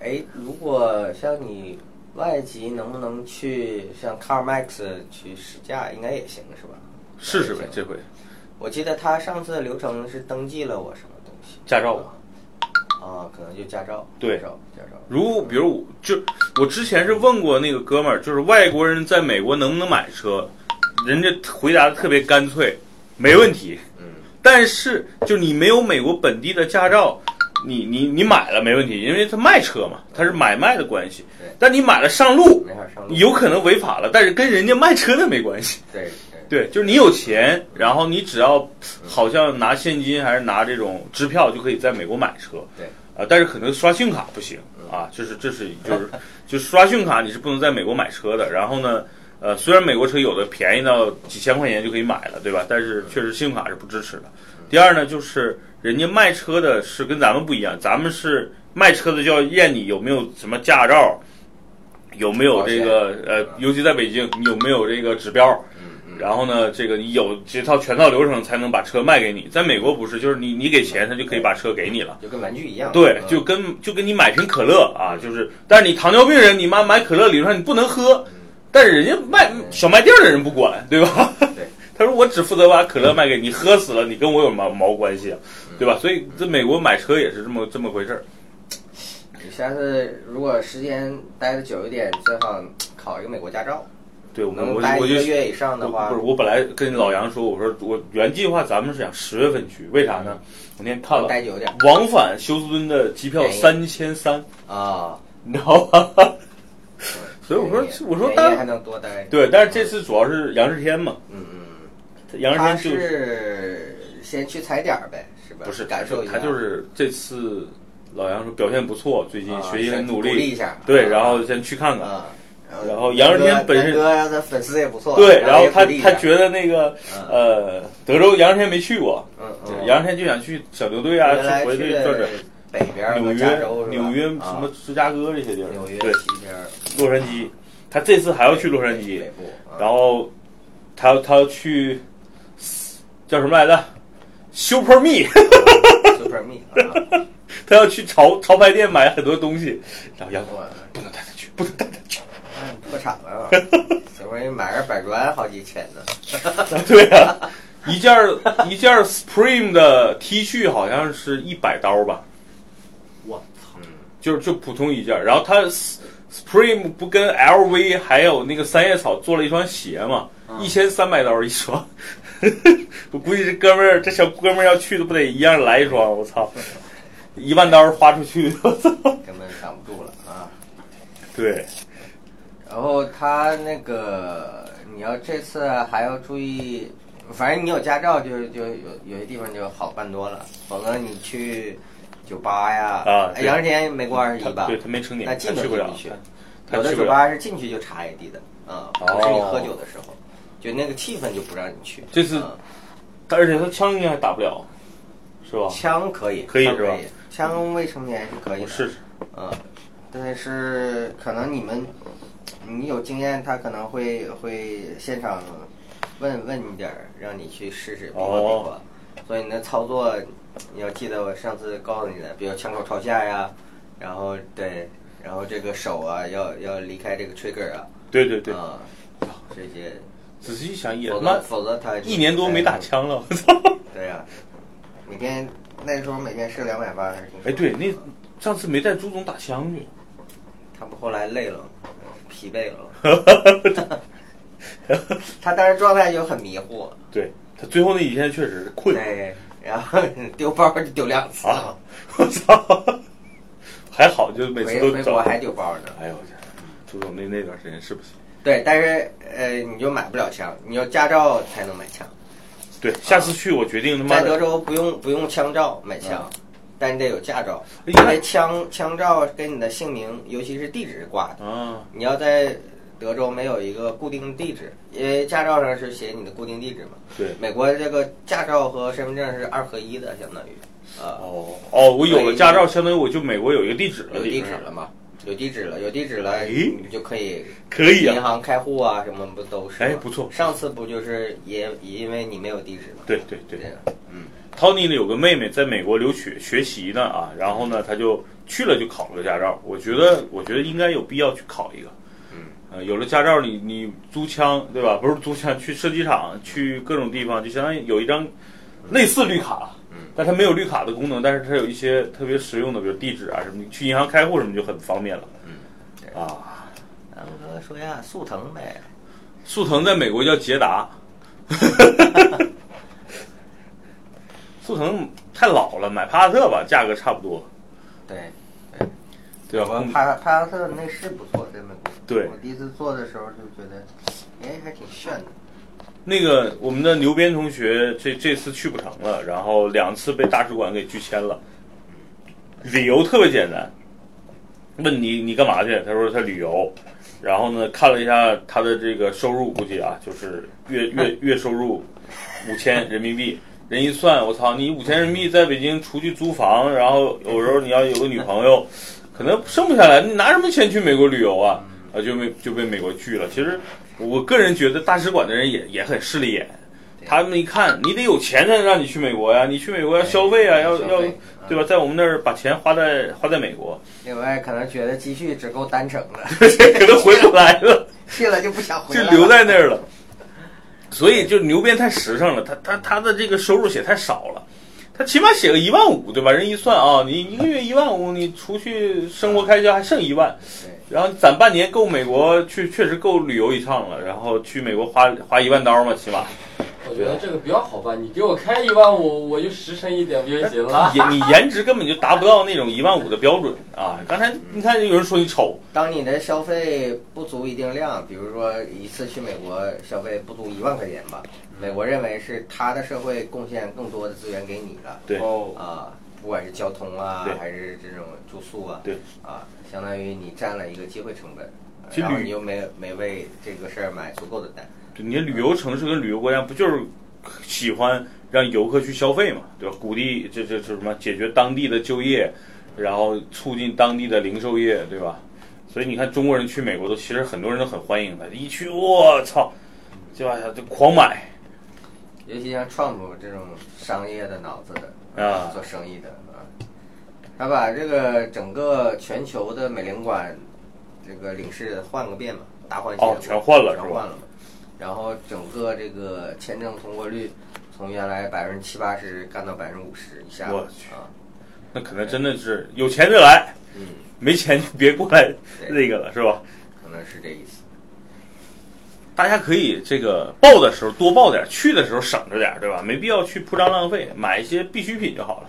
哎像你外籍能不能去像 Car Max 去试驾，应该也行是吧？试试呗，这回我记得他上次的流程是登记了我什么东西？驾照嘛。啊，可能就驾照。对驾照，驾照。如比如我就我之前是问过那个哥们儿，就是外国人在美国能不能买车，人家回答的特别干脆，没问题。嗯，但是就你没有美国本地的驾照，你你你买了没问题，因为他卖车嘛，他是买卖的关系对。但你买了上路，没法上路。有可能违法了，但是跟人家卖车的没关系。对对对，就是你有钱，然后你只要好像拿现金还是拿这种支票就可以在美国买车。对啊、但是可能刷信用卡不行啊，就是这是就是 就是刷信用卡你是不能在美国买车的。然后呢，呃，虽然美国车有的便宜到几千块钱就可以买了，对吧？但是确实信用卡是不支持的。第二呢，就是人家卖车的是跟咱们不一样，咱们是卖车的就要验你有没有什么驾照，有没有这个呃，尤其在北京，你有没有这个指标？嗯嗯。然后呢，这个你有这套全套流程才能把车卖给你。在美国不是，就是你你给钱，他就可以把车给你了。就跟玩具一样。对，嗯就跟就跟你买瓶可乐啊，就是，但是你糖尿病人，你妈买可乐理论上你不能嗯喝，但是人家卖小卖店的人不管，对吧？对， 他说我只负责把可乐卖给你，喝死了你跟我有毛毛关系啊，嗯对吧？所以这美国买车也是这么这么回事儿。你下次如果时间待的久一点，最好考一个美国驾照，对，我能我待我一就个月以上的我话不是，，我本来跟老杨说，我说我原计划咱们是想十月份去，为啥呢？嗯我那天看了能待久一点往返休斯敦的机票便三千 三，啊。你知道吧？所以我便宜说，我说便宜当还能多待。对，但是这次主要是杨世天嘛，嗯嗯，杨他世天就是先去踩点儿呗，是吧？不是感受一下，他就是这次老杨说表现不错，最近啊学习很努努力一下对，啊然后先去看看。啊。然后杨世天南哥本身南哥的粉丝也不错，对，然后也他鼓励一下他觉得那个嗯呃，德州杨世天没去过，嗯对嗯，杨世天就想去小牛队啊，原来去回去队转转。北边儿纽和加约州、是吧纽约啊什么芝加哥这些地儿，纽约对，西边儿，洛杉矶，他这次还要去洛杉矶北，部，啊然后他要他要去叫什么来着？Super Me， Super Me 啊，他要去潮潮牌店买很多东西，然后杨总我不能带他去，不能带他去，啊哎破产 了，啊这回买个板砖好几千呢。对呀、啊。 一件儿一件儿 Supreme 的 T 恤好像是一百刀吧，我操，就是就普通一件儿。然后他 S- Supreme 不跟 LV 还有那个三叶草做了一双鞋嘛，啊一千三百刀一双。 我估计这哥们儿，这小哥们儿要去的不得一样来一双？我操，一万刀花出去，我 操！根本挡不住了啊！对，然后他那个，你要这次还要注意，反正你有驾照就就有有些地方就好办多了，否则你去酒吧呀，哎啊对杨之前没过二十他一吧对？他没成年，那他进去都不了进不去。他有他的去不酒了。哦吧是进去就查 ID 的，啊，不是你喝酒的时候，就那个气氛就不让你去。这次啊他而且他枪应该还打不了，是吧？枪可以，哦可以枪是吧哦枪未成年是可以我的，试试。嗯，但是可能你们你有经验，他可能会会现场问问你点儿，让你去试试比划比划。哦所以你的操作你要记得我上次告诉你的，比如枪口朝下呀，然后对，然后这个手啊要要离开这个 trigger 啊，对对对，啊、这些，仔细一想也他否妈则否则他一年多没打，枪了，哎我操！对呀、每天那时候每天射两百发还是挺爽哎，对，那上次没带朱总打 枪去。他不后来累了，疲惫了，他当时状态就很迷 糊，对他最后那几天确实是困对，然后 丢包就丢两次，啊！我操，还好就每次回都回国找。还丢包呢。哎呦我天，朱总那那段时间是不行。对，但是呃，你就买不了枪，你要驾照才能买枪。对，下次去我决定他妈在德的，嗯州不用不用枪照买枪，但你得有驾照，哎因为枪枪照跟你的姓名，尤其是地址是挂的。啊，你要在德州没有一个固定地址，因为驾照上是写你的固定地址嘛。对，美国这个驾照和身份证是二合一的，相当于，呃，哦哦，我有了驾照，相当于我就美国有一个地址了，哎哎有里地边址了嘛？有地址了，有地址了，诶你就可以可以银啊，行开户啊，什么不都是吗？哎不错上次不就是也也因为你没有地址嘛？对对对，这样，嗯， Tony 呢有个妹妹在美国留学学习呢啊，然后呢他就去了就考了个驾照，我觉得我觉得应该有必要去考一个。呃，有了驾照你，你租枪对吧？不是租枪，去射击场，去各种地方，就相当于有一张类似绿卡，但它没有绿卡的功能，但是它有一些特别实用的，比如地址啊什么，你去银行开户什么就很方便了。对啊，俺们刚才说呀，速腾呗，速腾在美国叫捷达，速腾太老了，买帕萨特吧，价格差不多，对，对吧？嗯我帕帕萨特内饰不错，在美国。对我第一次坐的时候就觉得，哎，还挺炫的。那个我们的牛鞭同学这这次去不成了，然后两次被大使馆给拒签了，理由特别简单，问你你干嘛去？他说他旅游，然后呢看了一下他的这个收入，估计啊就是月嗯月月收入五千人民币。人一算，我操，你五千人民币在北京出去租房，然后有时候你要有个女朋友，可能剩不下来，你拿什么钱去美国旅游啊？嗯啊，就被就被美国拒了。其实我个人觉得大使馆的人也也很势利眼，他们一看你得有钱才能让你去美国呀，你去美国要消费啊，要消要费嗯对吧？在我们那儿把钱花在花在美国， 另外，可能觉得积蓄只够单程了， 可能回不来了，去了就不想 回就来了。留在那儿了。所以就牛鞭太实诚了，他他他的这个收入写太少了，他起码写个一万五，对吧？人一算啊，你一个月一万五，你除去生活开销还剩一万，对，然后攒半年够美国去，确实够旅游一趟了。然后去美国花花一万刀嘛，起码我觉得这个比较好办，你给我开一万五，我就实诚一点不就行了？颜你颜值根本就达不到那种一万五的标准啊！刚才你看有人说你丑，当你的消费不足一定量，比如说一次去美国消费不足一万块钱吧，嗯美国认为是他的社会贡献更多的资源给你了。对哦，啊，不管是交通啊对，还是这种住宿啊，对啊，相当于你占了一个机会成本，其实然后旅你又没没为这个事儿买足够的单。对你的旅游城市跟旅游国家不就是喜欢让游客去消费嘛，对吧？鼓励这这这什么解决当地的就业，然后促进当地的零售业，对吧？所以你看中国人去美国都其实很多人都很欢迎的，一去我操，对吧？就狂买尤其像创普这种商业的脑子的啊做生意的啊，他把这个整个全球的美领馆这个领事换个遍嘛，大换血哦全换了全是吧换了嘛。然后整个这个签证通过率从原来百分之七八十干到百分之五十以下，我去啊，那可能真的是有钱就来，嗯，没钱就别过来对那个了，是吧？可能是这意思。大家可以这个报的时候多报点儿，去的时候省着点儿，对吧？没必要去铺张浪费，买一些必需品就好了。